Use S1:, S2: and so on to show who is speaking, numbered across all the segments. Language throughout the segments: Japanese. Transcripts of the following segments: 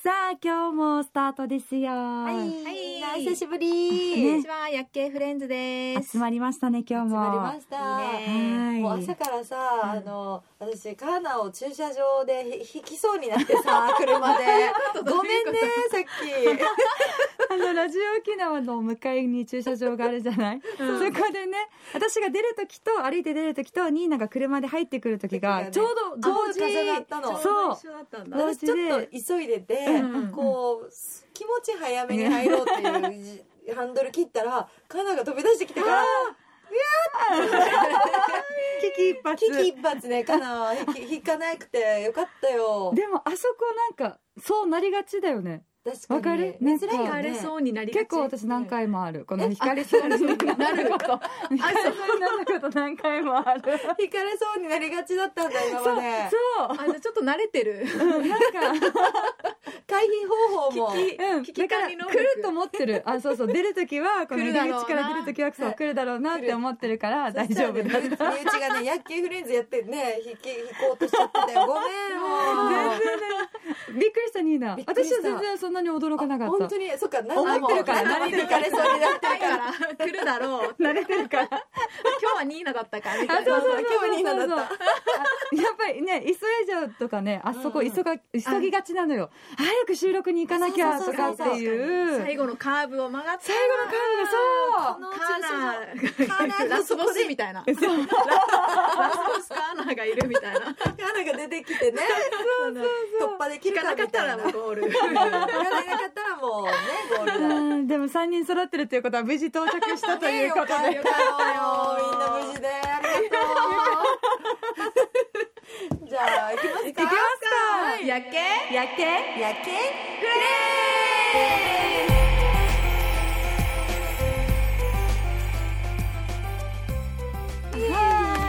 S1: さあ今日もスタートですよ、
S2: はい、
S3: は
S2: はいい、久しぶり。
S3: こん
S1: ね
S3: にちは、薬系フレンズです。
S1: 集まりましたね今日
S2: 集
S1: も
S2: まりました。
S3: いいね
S1: はい
S2: もう朝からさ、あの私カーナを駐車場でひ引きそうになってさ車でごめんねさっき
S1: あのラジオ沖縄の向かいに駐車場があるじゃない、そこでね私が出る時と歩いて出る時とニーナが車で入ってくる時
S2: 時が
S1: が
S2: ね
S1: ちょうど同時
S2: あ重なったの
S1: そう
S3: ちょうど一緒だったんだ。
S1: 同
S2: 私
S1: 時
S2: ち
S1: で
S2: ょっと急いでて、
S3: うん
S2: こう気持ち早めに入ろうっていうじハンドル切ったらカーナが飛び出してきたから
S1: 危機一
S2: 危機
S1: 髪
S2: 一髪ねカーナは引き引かなくてよかったよ
S1: でもあそこなんかそうなりがちだよね
S2: 確かに
S1: わかるなんか
S2: 珍いよ
S3: 疲れ
S2: ね
S3: そうになりがち
S1: 結構私何回もあるこの光光るになること光 そうになること何回もある
S2: 引かれそうになりがちだったんだ今まで
S1: そう
S3: あのちょっと慣れてる。
S1: うんなんか
S2: 回避方法も
S1: うん、
S3: 危
S1: だ
S3: 機
S1: から来
S3: 管理
S1: る
S3: 能力
S1: と思ってるあそうそう出る時はこの
S3: 来
S1: 入
S3: るだ
S1: り
S3: ろうな
S1: 口から出る時はそう来るだろうなって思ってるから大丈夫だ
S2: そしたらね身内がね野球フレンズやってね引き引こうとしちゃってたよごめんもう
S1: びっくりしたニーナ
S2: びっくり
S1: 私
S2: した
S1: は全然そんなに驚かなか
S2: 本
S1: った
S2: 当にそっか
S1: 思ってるから
S2: 何で引かれそうになって
S3: だ
S2: るか
S3: からら来るだろう。
S1: 慣れてるから
S3: 今日はニーナだったかみた
S1: あ
S3: い
S1: そ
S3: な。
S1: うそうそう
S2: 今日ニーナだっ
S1: あやっぱりね急いじゃうとかねあそこ
S2: うん
S1: 急
S2: うん
S1: が、急ぎがちなのよ早く収録に行かなきゃ
S2: そ
S1: と
S2: うそ
S1: かっ
S2: う
S1: て
S2: そうそう
S1: いう
S3: 最後のカーブを曲がって。
S1: 最後のカーブが
S2: の
S3: カー
S2: カーナ
S3: ナー。
S2: ー
S3: ラスボスみたいな。ラスボスカーナーがいるみたいな。
S2: カーナが出てきてね突破でき
S3: 聞
S2: る
S3: か
S2: か
S3: なか
S2: み
S3: った
S2: たい
S3: ら
S2: な
S3: もうゴール。
S2: 引かれなかったらもうねゴー ル
S1: そう
S2: だ
S1: うんでも3人揃ってるということは無事到着したということ
S2: ねえ
S1: で
S2: よかったよみんな無事であ りがとうじゃあ行きますか
S1: 行きますか
S3: やっけ
S1: やっけ
S2: 夜景フレ
S1: は
S2: ー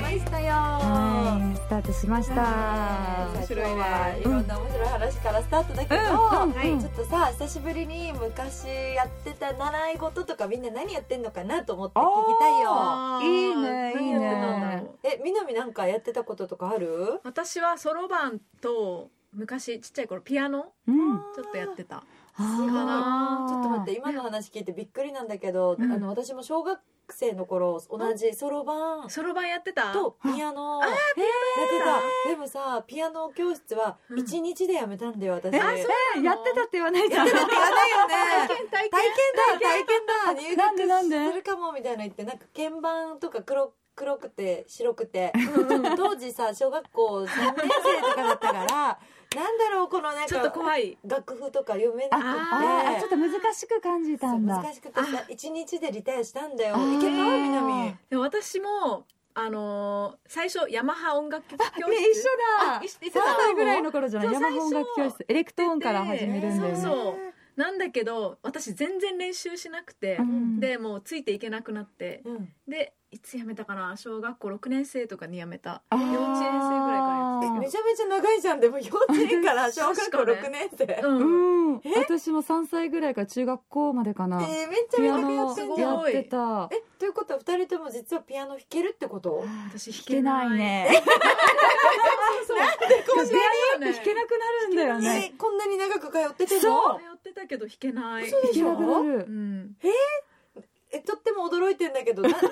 S2: ましたよ
S1: い、スタートしました。
S2: はいさあ
S3: 面
S2: 今日
S3: 白いね
S2: はいろんな面白い話からスタートだけど、
S1: うんうんうん
S2: ちょっとさ久しぶりに昔やってた習い事とかみんな何やってんのかなと思って聞きたいよ
S3: あー
S1: いいね
S2: 何
S1: いい
S2: やっ
S1: ね
S2: て
S3: 何や
S2: た
S3: ってた
S2: の
S3: の
S2: えみなみなんかやってたこととかある
S3: 私はそろばんと昔ちっちゃい頃ピアノ
S1: うん、
S3: ちょっとやってた。
S2: ちょっと待って今の話聞いてびっくりなんだけど、
S3: うん
S2: あの私も小学生の頃同じそろばん
S3: そろばんやってた
S2: とピアノやってたでもさピアノ教室は
S3: うん
S2: 1日でやめたんだよ私、
S1: え
S2: やだよね
S1: えやってたって言わないじゃん。
S3: 体験体験
S2: 体験だ体験だ
S1: なんでなんで
S2: 入学するかもみたいなの言ってなんか鍵盤とか黒黒くて白くて 当時さ小学校3年生とかだったからなんだろうこのなん
S3: ちょっと
S2: か
S3: 怖い
S2: 楽譜とか読めなくて
S3: あ
S1: ああ、ちょっと難しく感じた
S2: そうん
S1: だ。
S2: 難しくてさ一日でリタイアしたんだよ
S1: あー
S2: いけたみなみ
S3: でも私もあのー最初ヤマハ音楽教室
S1: ね、一緒だ
S3: あ。一緒
S1: 三歳ぐらいの頃じゃない。
S3: そう
S1: ヤマホン楽器教
S3: 最
S1: 室、エレクトーンから始めるんだよ
S3: そう
S1: ね。
S3: そうなんだけど私全然練習しなくて、
S1: うん
S3: でもうついていけなくなって
S2: うん
S3: でいつやめたかな小学校6年生とかにやめた
S1: あ
S3: 幼
S1: ー
S3: 稚園生ぐらいからやって
S1: う
S3: た
S1: ん
S2: めちゃめちゃ長いじゃんでも幼稚園から小学校
S3: 確か
S2: 6
S3: に
S2: 年生え
S3: うん、
S1: うん、私も三歳ぐらいから中学校までかな。
S2: ーめちゃ
S1: ピ
S2: め
S1: ア
S2: ち
S1: ノ
S2: ゃやってんじゃん
S1: やってた。
S2: えということは2人とも実はピアノ弾けるってこと
S3: 私
S1: 弾け
S3: 弾
S1: ないね。出会
S3: そうそう
S1: いよく弾け
S3: な
S1: なくなるんだよね。
S2: えこんなに長く通ってて
S1: そ
S2: も
S1: う
S3: やってたけど弾けない
S2: 嘘
S1: 弾けなくな
S3: う
S1: る。
S3: ん
S2: えとっても驚いてんだけどななな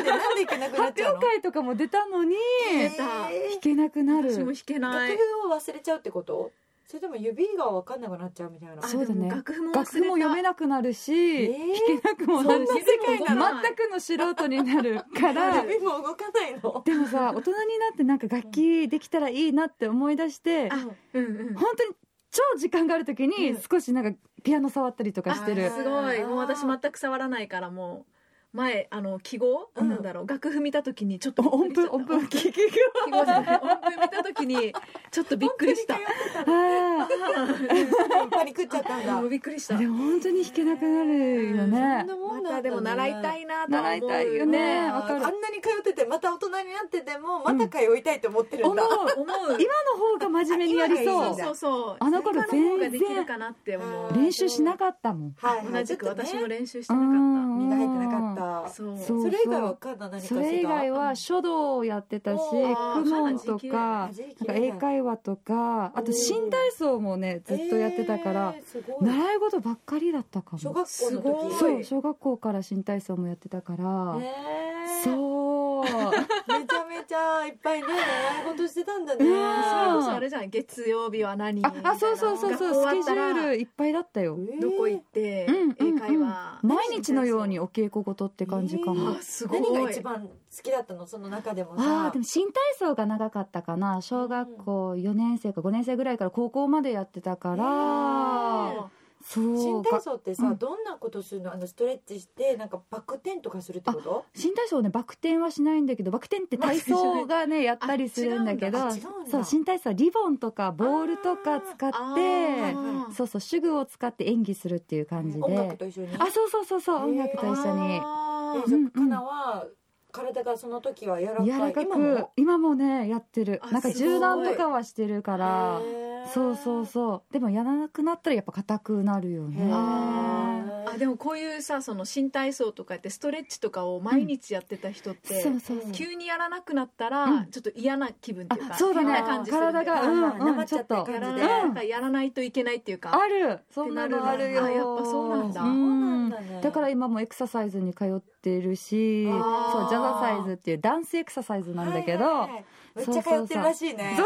S2: んでなんでいけなくなっ
S1: 発
S2: ちゃうの
S1: 表会とかも出たのに、
S2: え
S1: 弾
S2: ー
S3: た
S1: けなくなる。
S3: 私も弾けな
S2: 楽
S3: い
S2: 譜を忘れちゃうってことそれとも指が分かんなくなっちゃうみたいな
S3: あ
S1: そうだね
S3: でも楽譜も忘れた
S1: 楽譜も読めなくなるし、
S2: え
S1: 弾けなくもなるし、
S3: そんな世界なの
S1: 全くの素人になる から。
S2: 指も動かないの
S1: でもさ、大人になってなんか楽器できたらいいなって思い出して、
S3: あうんうん
S1: 本当に超時間がある時に
S2: うん
S1: 少しなんかピアノ触ったりとかして
S3: あ
S1: る。
S3: すごい
S2: あー
S3: もう私全く触らないからもう前あの記号、
S2: うん
S3: なんだろう楽譜見た時にちょっと
S1: 音符、音符、聞き が。
S3: 記号じゃない音符見た時にちょっとびっくりした
S1: あ
S2: パニクっちゃったんだ
S3: もうびっくりした
S1: ーでも本当に弾けなくなるよね。
S2: そんなもんなんだね
S3: でも習いたいなとは思う
S4: 習いたいよ
S1: ね
S2: あー
S1: わかる
S2: あんなに通っててまた大人になっててもまた通いたいと思ってるんだ、
S3: 思う
S1: 今の方が真面目にやりそ
S3: そ
S1: うう
S3: そうそう
S1: あの頃
S3: 今の方ができるかなって思
S2: 全
S3: う
S2: 然
S1: 練習しなかったもん
S2: はい
S3: 同じく私も
S2: ね
S3: 練習してなかっ
S2: 身が入ってなかっ
S3: た
S2: た
S3: そう
S1: そう
S2: それ以外はかんな何かしてた
S1: それ以外は書道をやってたし
S3: う
S1: 公
S3: ん
S1: 文と
S2: あ
S1: か
S2: 字綺
S1: なん
S2: 麗
S1: か英会話とかあと新体操もねずっとやってたから
S2: え、ーすごい
S1: 習い事ばっかりだったか
S2: 小
S1: も
S2: 学校の
S3: すごい
S2: 時
S1: そう小学校から新体操もやってたから、
S2: ねえ
S1: そう
S2: めちゃめちゃいっぱいね習い事してたんだね、
S1: うん
S3: それこそ
S1: うん
S3: あれじゃん月曜日は何
S1: ああそうそうそうそうスケジュール
S3: ル
S1: いっぱいだったよ
S3: どこ行って
S1: うんうんうん
S3: 英会話
S1: 毎日のようにお稽古事って感じかも、
S3: あすごい
S2: 何が一番好きだったのその中でも
S1: あ
S2: さ
S1: ーでも新体操が長かったかな小学校4年生か5年生ぐらいから高校までやってたから、
S2: へー
S1: そ
S2: 新
S1: うか
S2: 体操って
S1: う
S2: さ
S1: ん
S2: どんなことするのあのストレッチしてなんかバク転とかするってこと
S1: 新体操ねバク転はしないんだけどバク転って体操が ねやったりするんだけど
S2: あ違うんだ
S1: そう新体操はリボンとかボールとか使っ
S3: あ
S1: て
S3: ー
S1: そうそう手具を使って演技するっていう感じで
S2: 音楽と一緒に
S1: あそうそうそうそう音楽と一緒に
S3: あ
S2: え
S3: ー
S2: じゃ
S1: うんうん
S2: あかなは体がその時は柔らかい
S1: 柔らかく
S2: 今
S1: 今
S2: も
S1: もねやってる
S3: あ
S1: なんか
S3: すごい
S1: 柔軟とかはしてるから
S2: へー
S1: そうそうそうでもやらなくなったらやっぱ硬くなるよ
S2: へ
S1: ね
S2: ー
S3: あでもこういうさその新体操とかやってストレッチとかを毎日やってた人って、
S1: そうそうそう
S3: 急にやらなくなったら、
S1: うん
S3: ちょっと嫌な気分っていうか
S1: あそうだ
S3: 変
S1: ね
S3: な感じするんだ
S1: 体
S3: よ
S1: が
S2: あ
S1: う
S2: まあ
S1: ん
S2: な
S1: う
S2: っ
S1: ん
S2: ち
S1: ちょ
S2: ゃっ
S1: ってと
S2: る感じ
S3: 体
S2: で
S3: がなんかやらないといけないっていうか、
S1: あるそんなのあるよ
S3: あやっぱそうなんだ
S2: そうなんだね
S1: だから今もエクササイズに通ってるし
S2: あー
S1: そうジャザサイズっていうダンスエクササイズなんだけど、
S2: はいはいはいめっちゃ通ってるらしいね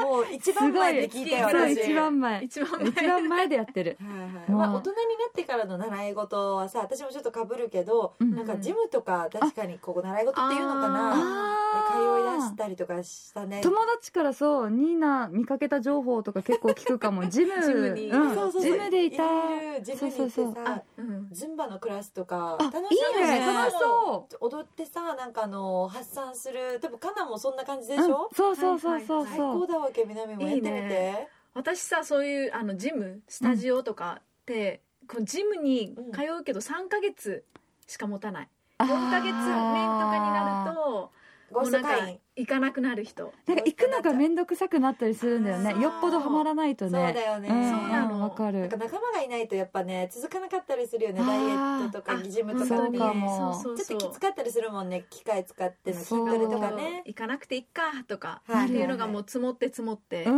S2: もう一番前で聞いたよ
S1: そう
S2: 私
S1: 一番前
S3: 一番
S1: 一番前でやって る
S2: はいはい
S1: もう
S2: まあ、大人になってからの習い事はさ私もちょっとかぶるけど、
S1: うん
S2: なんかジムとか確かにここ習い事っていうのかな
S1: あ
S2: 通い出
S1: ー
S2: したりとかしたね
S1: 友達からそうニーナ見かけた情報とか結構聞くかもジム
S3: ジムに
S1: うん
S2: そうそうそう
S1: ジムでいた
S2: るジムに行ってさ
S1: そうそう
S3: あうん
S2: ズンバのクラスとか
S1: あ
S2: 楽
S1: い
S2: しそう
S1: いね楽しそう
S2: 踊ってさなんかあの発散する多分カナもそんな感じでし
S1: う、うん
S2: ょ、、
S1: そうそうそうそう
S2: 最
S1: そ
S2: 高
S1: う
S2: だわけ南もやってみて
S3: いいね私さそういうあのジムスタジオとかって、このジムに通うけど3ヶ月しか持たない、
S1: 4
S3: 4ヶ月目とかになると
S2: ゴー
S3: もう
S2: ス
S3: な
S2: ト
S3: ん
S2: 会
S3: か
S2: 員
S3: 行かなくなる人
S1: なんか行くのが面倒くさくなったりするんだよ
S2: あ
S1: ね
S2: ー
S1: よっぽどハマらないと
S2: そう
S1: ね
S2: だよね、
S1: ん
S3: そうなの
S1: わか
S2: なん
S1: る
S2: か仲間がいないとやっぱね続かなかったりするよね
S1: あー
S2: ダイエットとか
S3: あ
S2: ジムとか
S1: そう
S2: ね
S1: かも
S3: そうそ
S2: ち
S3: うそ
S2: ょ
S3: う
S2: っときつかったりするもんね機械使っての筋
S1: そう
S2: トレとかね
S3: 行かなくていっかとか
S2: はい
S3: っていうのがもう積もって積もって
S1: う
S3: 行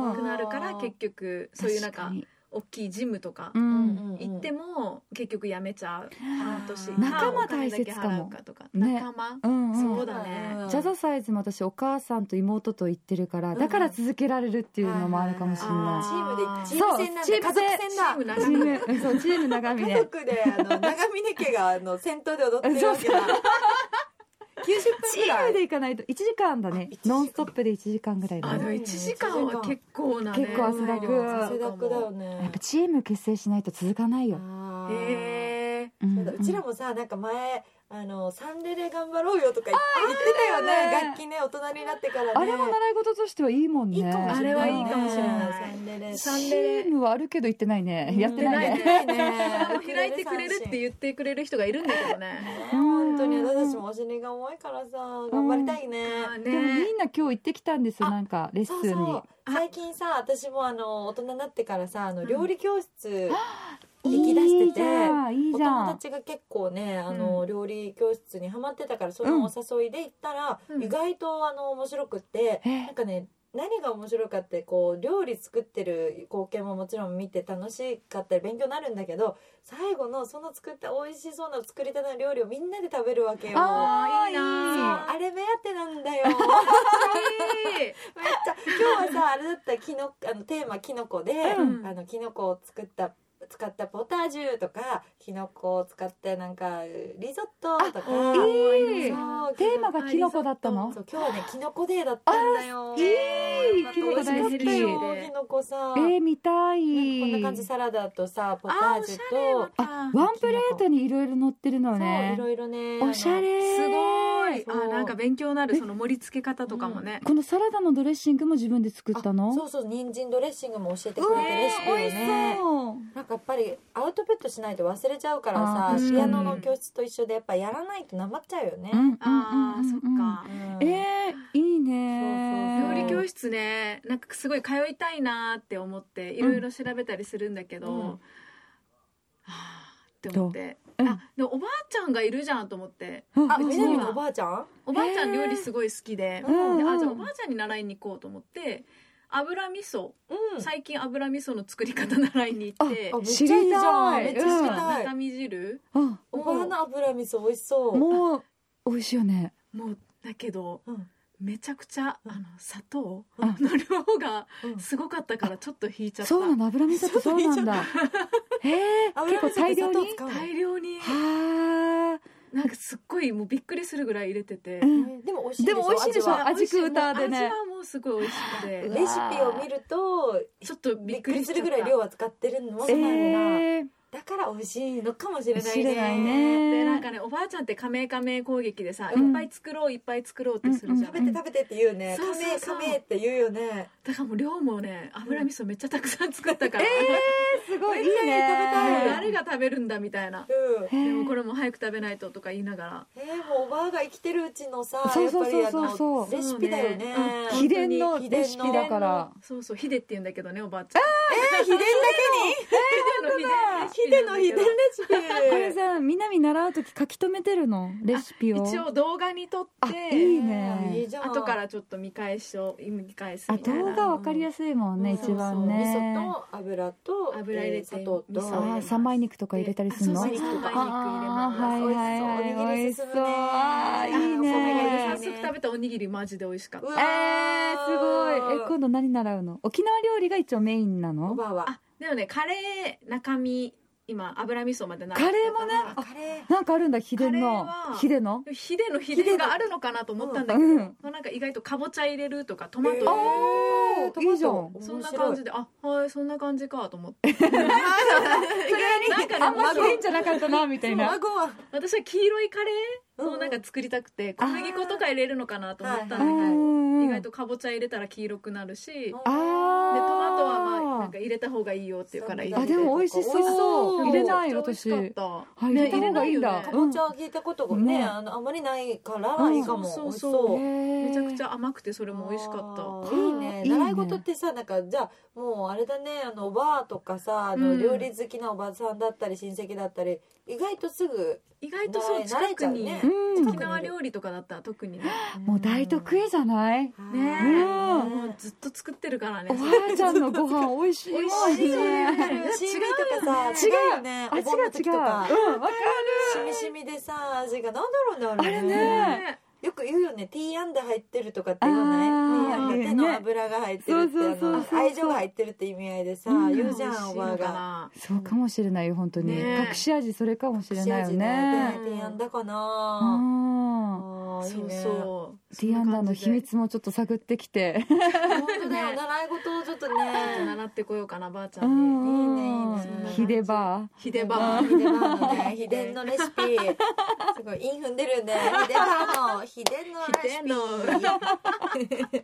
S1: ん
S3: かなくなるから結局そういうなん
S1: 確
S3: か
S1: に
S3: 大きいジムとか
S1: う
S2: うん
S1: ん
S2: うんうん
S3: 行っても結局やめちゃう半年
S1: 仲間大切かも
S3: お金だけ払うとか
S1: ね
S3: 仲間
S1: うんうん
S3: そうだね
S2: ん
S1: ジャザサイズも私お母さんと妹と行ってるからだから続けられるっていうのもあるかもしれ
S3: うん
S1: な
S2: チームでチー
S1: そう
S2: ム戦なん
S1: チー
S2: で
S1: ム
S2: 家
S1: 戦
S2: 族
S3: チ
S2: 戦
S3: ーム
S2: だ
S1: いチ
S3: 仲間
S1: ーム そうチーム長
S2: 家
S1: 峰
S2: 族であの長峰家があの先頭で踊ってるわけだ
S1: チ
S2: 90分ぐ
S1: ー
S2: ら
S1: ム
S2: い
S1: で行かないと1時間だね
S2: あ一時間
S1: ノンストップで1時間ぐらいだ
S3: あでも
S1: ね
S3: 1時間は結構なね
S1: 結構汗だく
S2: 汗だくだよ
S1: やっ
S2: ね
S1: ぱチーム結成しないと続かないよ
S2: あー
S3: へえ
S1: ん
S2: そうだうちらもさなんか前あのサンデレ頑張ろうよとか言ってたよね
S1: あー
S2: 楽器ね大人になってからね
S1: あれも習い事としてはいいもんね
S2: いいかもしれ
S3: あれは
S2: ない
S3: いいかもしれない
S2: サンデレ
S1: チ
S3: サンデレ
S1: ームはあるけど行ってないね
S2: うん
S1: やってないね
S2: ね
S3: 開いてくれるって言ってくれる人がいるんだけどね
S2: 本当に私たちもお尻が重いからさ頑張りたいね
S3: あ
S1: でもみん
S3: ね
S1: な今日行ってきたんですよなんかレッス
S2: そう
S1: ンに
S2: そう最近さ私もあの大人になってからさあの料理教室行
S1: い
S2: き出して
S1: いじ
S2: て
S1: ゃんいい
S2: お
S1: じゃ
S2: 友
S1: ん
S2: 達が結構ねあの、
S3: う
S2: 料理教室にハマってたからそのお誘いで行ったら、
S3: うん
S2: 意外とあの面白くって、
S1: え
S2: なんかね何が面白いかってこう料理作ってる光景ももちろん見て楽しかったり勉強になるんだけど最後のその作った美味しそうな作りたての料理をみんなで食べるわけよ
S1: あ
S2: あ
S1: ー
S3: いいな
S2: れ目当てなんだよめっちゃ 今日はさあれだったきのあのテーマキノコで、
S3: うん
S2: あのキノコを作った使ったポタージュとかキノコを使ってなんかリゾットとか
S3: あ
S2: そう
S1: いい
S2: そう
S1: テーマがキノコだったの
S2: そう今日はねキノコデーだったんだよ
S1: いいキノコ大好き
S2: 美味しかったよキノコさ、
S1: えー、見たい
S2: こんな感じサラダとさポタージュと
S1: あワンプレートにいろいろ乗ってるの
S2: そうい
S1: ね
S2: ろいろね
S1: おしゃれ
S3: すごい
S2: そう
S3: あなんか勉強になるその盛り付け方とかもね、
S1: このサラダのドレッシングも自分で作った
S2: あ
S1: の
S2: そうそう人参ドレッシングも教えてくれてレシピを
S1: 美味し
S2: ね
S1: そう
S2: なんかやっぱりアウトプットしないと忘れちゃうから
S1: あ
S2: さ
S1: ー
S2: ピアノの教室と一緒でやっぱやらないとなまっちゃうよね、
S1: うん
S3: あーそっか
S2: うん
S1: ええいいね
S2: そうそう
S3: 料理
S2: 教
S3: 教室ねなんかすごい通いたいなーって思っていろいろ調べたりするんだけど、
S2: うん
S3: はあって思って、
S1: どううん
S3: あでもおばあちゃんがいるじゃんと思って
S1: うん
S2: あ
S1: うん
S2: みなみのおばあちゃん
S3: おばあちゃん
S1: へー
S3: 料理すごい好きで,、
S1: うん
S3: で
S1: うん
S3: あじゃあおばあちゃんに習いに行こうと思って油味噌
S2: うん
S3: 最近油味噌の作り方習いに行って
S2: あめっ
S1: 知
S2: ち
S1: り
S2: ゃ
S1: たい
S2: いいじゃんめっちゃ知りたい、
S3: 中身汁
S1: あ
S2: おばあの油味噌美味しそう
S1: もう美味しいよね
S3: もうだけど
S2: うん
S3: めちゃくちゃ
S2: うん
S3: あの砂糖
S1: あ
S3: の量が
S2: うん
S3: すごかったからちょっと引いちゃった
S1: そうなんだ油味噌ってそうなんだへえ
S2: 油
S1: 結
S2: 味噌
S1: 構大量
S2: って砂糖
S1: に
S2: 使うの
S3: 大量に
S1: はあ
S3: なんかすっごいもうびっくりするぐらい入れてて、
S1: うん
S2: でも美味しい
S1: でも美味しいでしょ
S2: 味は
S1: 味食うたでね
S3: 味はもうすごい美味しく
S1: う
S3: て
S1: わ
S2: レシピを見ると
S3: ちょっとび
S2: び
S3: っ
S2: っ
S3: く
S2: く
S3: り
S2: り
S3: しちゃ
S2: す
S3: った
S2: るぐらい量は使ってるのも
S1: え
S2: そうなんだな
S1: ー
S2: だから美味しいのかもしれない
S1: 知れないね
S3: でなんかねおばあちゃんって亀亀攻撃でさ、
S1: うん
S3: いっぱい作ろういっぱい作ろうってするじゃん、
S2: 食べて食べてって言うね
S3: そう
S2: カ
S3: そう
S2: メ
S3: そう
S2: カメって言うよね
S3: だからもう量もね油味噌めっちゃたくさん作ったから、
S1: すごいいいね
S2: えー
S3: 誰が食べるんだみたい
S2: う
S3: な、
S2: ん
S1: へー
S3: でもこれも早く食べないととか言いながら
S2: えー、もうおばあが生きてるうちのさ
S1: そうそうそう
S2: やっぱりあの
S1: そうそう
S2: レシピだよね
S3: そうね
S1: 秘伝のレシピだから
S3: そうそうヒデって言うんだけどねおばあちゃん
S2: えー秘伝だけに
S3: ヒ
S2: 秘
S3: デ
S2: 伝
S3: の
S2: の
S3: 秘
S2: 秘
S3: 伝
S2: 伝
S3: レ
S2: レ
S3: シ
S2: シピ
S1: これさ南習う時書き留めてるのレシピ
S3: ピ
S1: を
S3: なんだけど一応動画に撮っ
S1: あ
S3: て
S1: いいね
S2: いいじゃん
S3: 後からちょっと見返しを見返す
S1: あ
S3: みたい
S1: 動
S3: な
S1: 画わかりやすいもんね、
S2: うん
S1: 一番ね
S2: 味噌と油と
S3: 油入れて
S2: えー砂糖
S3: 味噌を
S1: あ
S3: 入れま
S1: ー
S3: す
S1: 三枚肉とか入れたりするの
S3: あそうそうそう
S2: あ
S3: 三枚肉入れま
S1: あ
S3: す
S1: ーはいはいはい
S2: おにぎり進むね
S1: あーいいね
S2: お米が
S3: 早
S2: いい
S3: 速
S2: ね
S3: 食べたおにぎりマジで美味しかった
S2: うわ
S1: えー、すごいえ今度何習うの沖縄料理が一応メインな
S2: お
S1: の
S2: ばあは
S3: あでもねカレー中身今油味噌までな
S1: カレーもね
S2: あカレー
S1: なんかあるんだ秘伝の
S3: カレーは
S1: 秘伝の
S3: ヒデの秘伝があるのかなと思ったんだけど、
S1: うんうん
S3: まあなんか意外とかぼちゃ入れるとかトマト入れる、
S1: ー
S2: トマト
S1: いいじゃん
S2: 面白い
S3: そんな感じであはいそんな感じかと思っ てなんかね
S1: あんまりいいんじゃなかったなみたいな
S2: 孫は
S3: 私は黄色いカレー
S2: う
S3: を
S2: ん
S3: なんか作りたくて小麦粉とか入れるのかなと思ったんだけ
S1: う
S3: ど、
S2: あーはいはい
S1: ん
S3: 意外とかぼちゃ入れたら黄色くなるし、でト
S1: あー
S3: マトはまあなんか入れた方がいいよっていうから入れて
S1: あでも美味し
S2: 美味し
S1: そ
S2: そうう
S1: 入れない
S3: めっち
S1: 私
S3: ゃ
S1: あ
S3: 美味しかった、
S1: あ入れた方がいいんだ
S3: ね入
S2: か
S3: れなよね
S2: ぼちゃは聞いたことがね
S1: ね
S2: あのあまりないか
S1: う
S2: ら
S1: ん
S2: いいかも
S3: そう
S2: 美味し
S3: そう
S2: そう
S3: め
S1: め
S3: ちゃくちゃ甘くてそれも美味しかった
S2: あーいいね
S1: いいね
S2: 習い事ってさなんかじゃあもうあれだねあのおばあとかさあ
S3: う
S2: の
S3: ん
S2: 料理好きなおばさんだったり親戚だったり意外とすぐ
S3: 意外とそう
S2: ね慣
S3: 近
S2: れち
S3: く
S2: ゃう
S3: に、
S2: ね
S1: うん
S3: 沖縄料理とかだったら特にね
S1: もう大得意じゃない
S2: はい
S3: ね
S1: え
S2: うん
S1: うん
S3: もうずっと作ってるからね
S1: おばあちゃんのご飯美味しいもん
S3: 美味しい
S1: ね
S3: ね
S2: シミとかさ
S1: 違う
S2: よね
S1: 味
S2: お盆の時と
S1: が
S2: か
S1: 違ううんわか
S2: シミシミでさ味がなんだろうねあれ
S1: あれね
S2: ねよく言うよねティーアンダ入ってるとかって言わない
S1: あ
S2: テ
S1: ー
S2: ィーアン
S1: 言
S2: ダ
S1: うね
S2: 手の油が入ってるっ
S1: そう
S2: て
S1: そう
S2: あ
S1: そう
S2: の
S1: そう
S2: 愛情が入ってるって意味合いでさ
S1: うん
S2: 言うじゃんおばあが
S3: が
S1: そうかもしれないよ本当に、
S3: ねえ
S1: 隠し味それかもしれないよ
S2: 塩味の
S1: ね
S2: ねティーアンダか
S1: う
S2: なあ
S1: ん
S2: ーいい
S3: そう
S2: ね
S3: そう
S1: ティーアンダーの秘密もちょっと探ってきて
S2: 本当だよ
S3: ね
S2: 習い事をちょっと
S3: ちょっと
S2: ね
S3: 習ってこようかなばあちゃ
S1: うん
S3: に
S1: んうん
S2: いいねいいね
S1: ヒデバ
S3: ひでばあ
S2: 秘 伝のね秘伝のレシピすごいイン踏んで るね秘伝の秘伝のレシ
S3: 秘伝
S2: ピ
S3: の
S2: や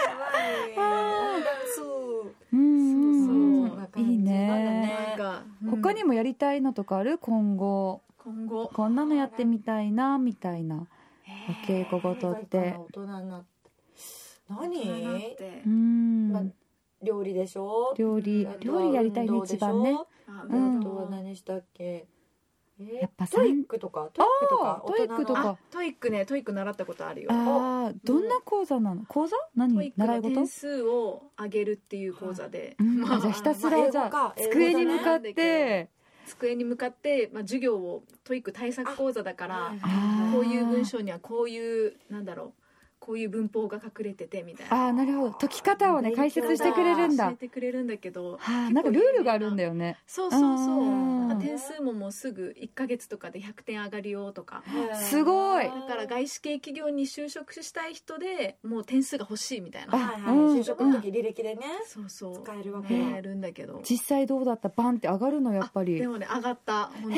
S1: ーうん
S2: ばいそう
S3: そうそう
S2: そんな感じ
S1: いい
S2: なんだ
S1: ね
S2: ね
S3: なんか
S1: 他に
S3: も
S1: もやりたいのとかある今後
S3: 今後
S1: こんなのやってみたいなみたいなお稽古事っ
S2: 何がい
S1: て
S2: いかな大人になって
S3: なっ
S2: 何
S3: て
S1: うん、
S2: まあ料理でしょ
S1: 料理
S2: あとは
S1: 料理やりたいね
S2: 運動で
S1: 一
S2: しょ
S1: 番ね
S3: あ
S1: う
S2: あ
S1: ん
S2: とは何したっけえー
S1: やっぱさ
S2: トイックとかトイックとか
S1: あートイックとか
S3: あトイックねトイック習ったことあるよ
S1: ああどんな講座なの講座
S3: ト
S1: 何
S3: イック
S1: 習い
S3: の
S1: 事
S3: 点数を上げるっていう講座で、
S1: うん
S3: ま
S1: あじゃあ
S3: あ、
S1: ひたすらじゃ
S2: ま
S1: あ
S2: あ英語か
S1: 机に向かっ
S3: 英語だね
S1: て
S3: 机に向かって、まあ、授業をトイック対策講座だか
S2: から
S1: あー
S3: こういう文章にはこういうなんだろうこういう文法が隠れててみたい
S1: あ
S3: な
S1: あなるほど解き方をね解説してくれるんだ
S3: 教えてくれるんだけど
S1: はあなんかルールがあるんだよね
S3: そうそうそううんなんか点数ももうすぐ1ヶ月とかで100点上がるよとか
S1: すごい
S3: だから外資系企業に就職したい人でもう点数が欲しいみたい
S1: あ
S3: な
S2: はいはい
S1: うん
S2: 就職の時履歴でね
S3: そうそう
S2: 使えるわけだ
S3: ねやるんだけど
S1: 実際どうだったバンって上がるのやっぱり
S3: でもね上がった本当に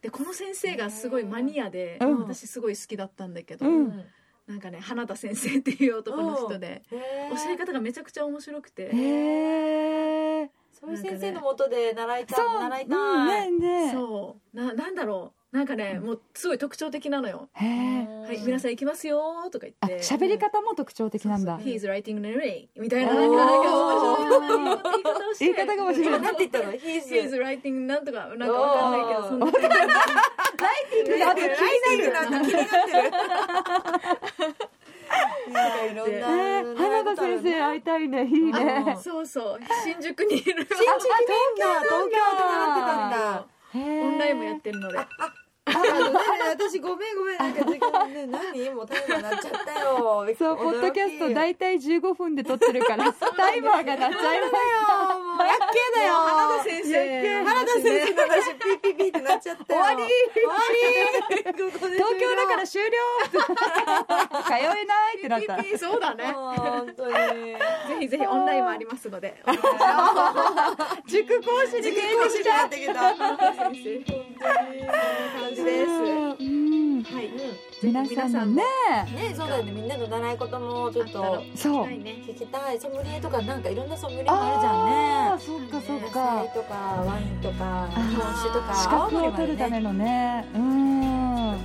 S3: でこの先生がすごいマニアで、
S1: うん
S3: 私すごい好きだったんだけど、
S1: うん
S3: なんかね花田先生っていう男の人で、
S2: 教
S3: 教え方がめちゃくちゃ面白くて、
S1: へえ
S2: そういう先生のもとで習いたい、
S1: そう
S2: 習い
S1: うん
S2: たい、
S1: ねね
S3: そうななんだろうなんかねもうすごい特徴的なのよ
S1: へえ
S3: 「はい皆さん行きますよ」とか言っ
S1: あ
S3: て
S1: 喋り方も特徴的なんだ
S3: そうそう He's writing the rain」みたいな
S1: お
S3: なん
S1: ー
S3: かなんか面白い言い方をして
S1: 言い方が面白い
S2: 今なんて言ったの ?He's
S3: He's writing なんとかなんかわかんないけどそんな感
S1: あと聞いてる
S2: なんか気になってる。なんかいろんな
S1: ね
S2: 習い
S1: 花子
S2: 方ある
S1: 先
S2: ね
S1: 生会いたいねいいね
S2: あの
S3: じそうそう新宿にい
S2: 新宿にい
S3: る
S2: たんだ東京で習ってたんだ。
S1: へー
S3: オンラインもやってるので
S2: あのね、私ごめんごめんなんか時間ね何もうタイマーなっちゃったよ。
S1: そうポッドキャスト
S2: 大
S1: 大体15分で撮ってるからタイマーが鳴っちゃい ま
S2: だよもうやっけだよ。
S3: 原田先生
S2: 原田先生の話ピッピッピってなっちゃったよ。
S1: 終わ
S2: り終わり。
S1: 東京だから終了 通えないってなった
S3: ピーピーそうだね
S2: もう本当に。
S3: ぜひぜひオンラインもありますので
S1: 塾講師に
S2: 時
S1: 転
S2: 間
S1: 職
S2: 越し
S1: し
S2: に
S1: ちゃ
S2: な
S1: う
S2: ってきた。
S3: 感じですは
S1: うん
S3: い
S1: 皆さんもね
S2: ねそうだよねみんなの習い事もちょっと
S1: そう
S3: はいね
S2: 聞きたいソムリエとかなんかいろんなソムリエもあるじ
S1: あ
S2: ゃん
S1: あ
S2: ね
S1: そっかそっ
S2: 野
S1: か
S2: 菜とかワインとか
S1: ー
S2: 日本酒とか
S1: 資格を取るためのねうん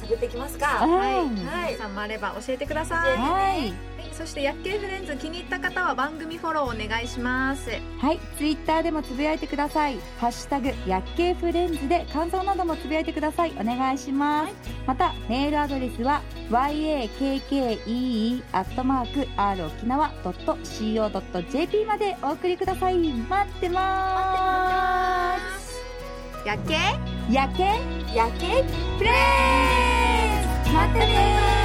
S2: 探ってきますか
S1: うん
S2: は
S3: 皆
S2: い
S3: さんもあれば教えてください、は
S1: はい
S3: い、そして「薬系フレンズ」気に入った方は番組フォローお願いします
S1: はい、ツイッターでもつぶやいてください。ハッシュタグ、薬系フレンズで感想などもつぶやいてください。お願いします。また、メールアドレスは、yakkee.rokinawa.co.jp までお送りください。待ってま
S3: 薬系
S1: ーす。薬系
S2: 夜景
S1: フレンズ待ってねー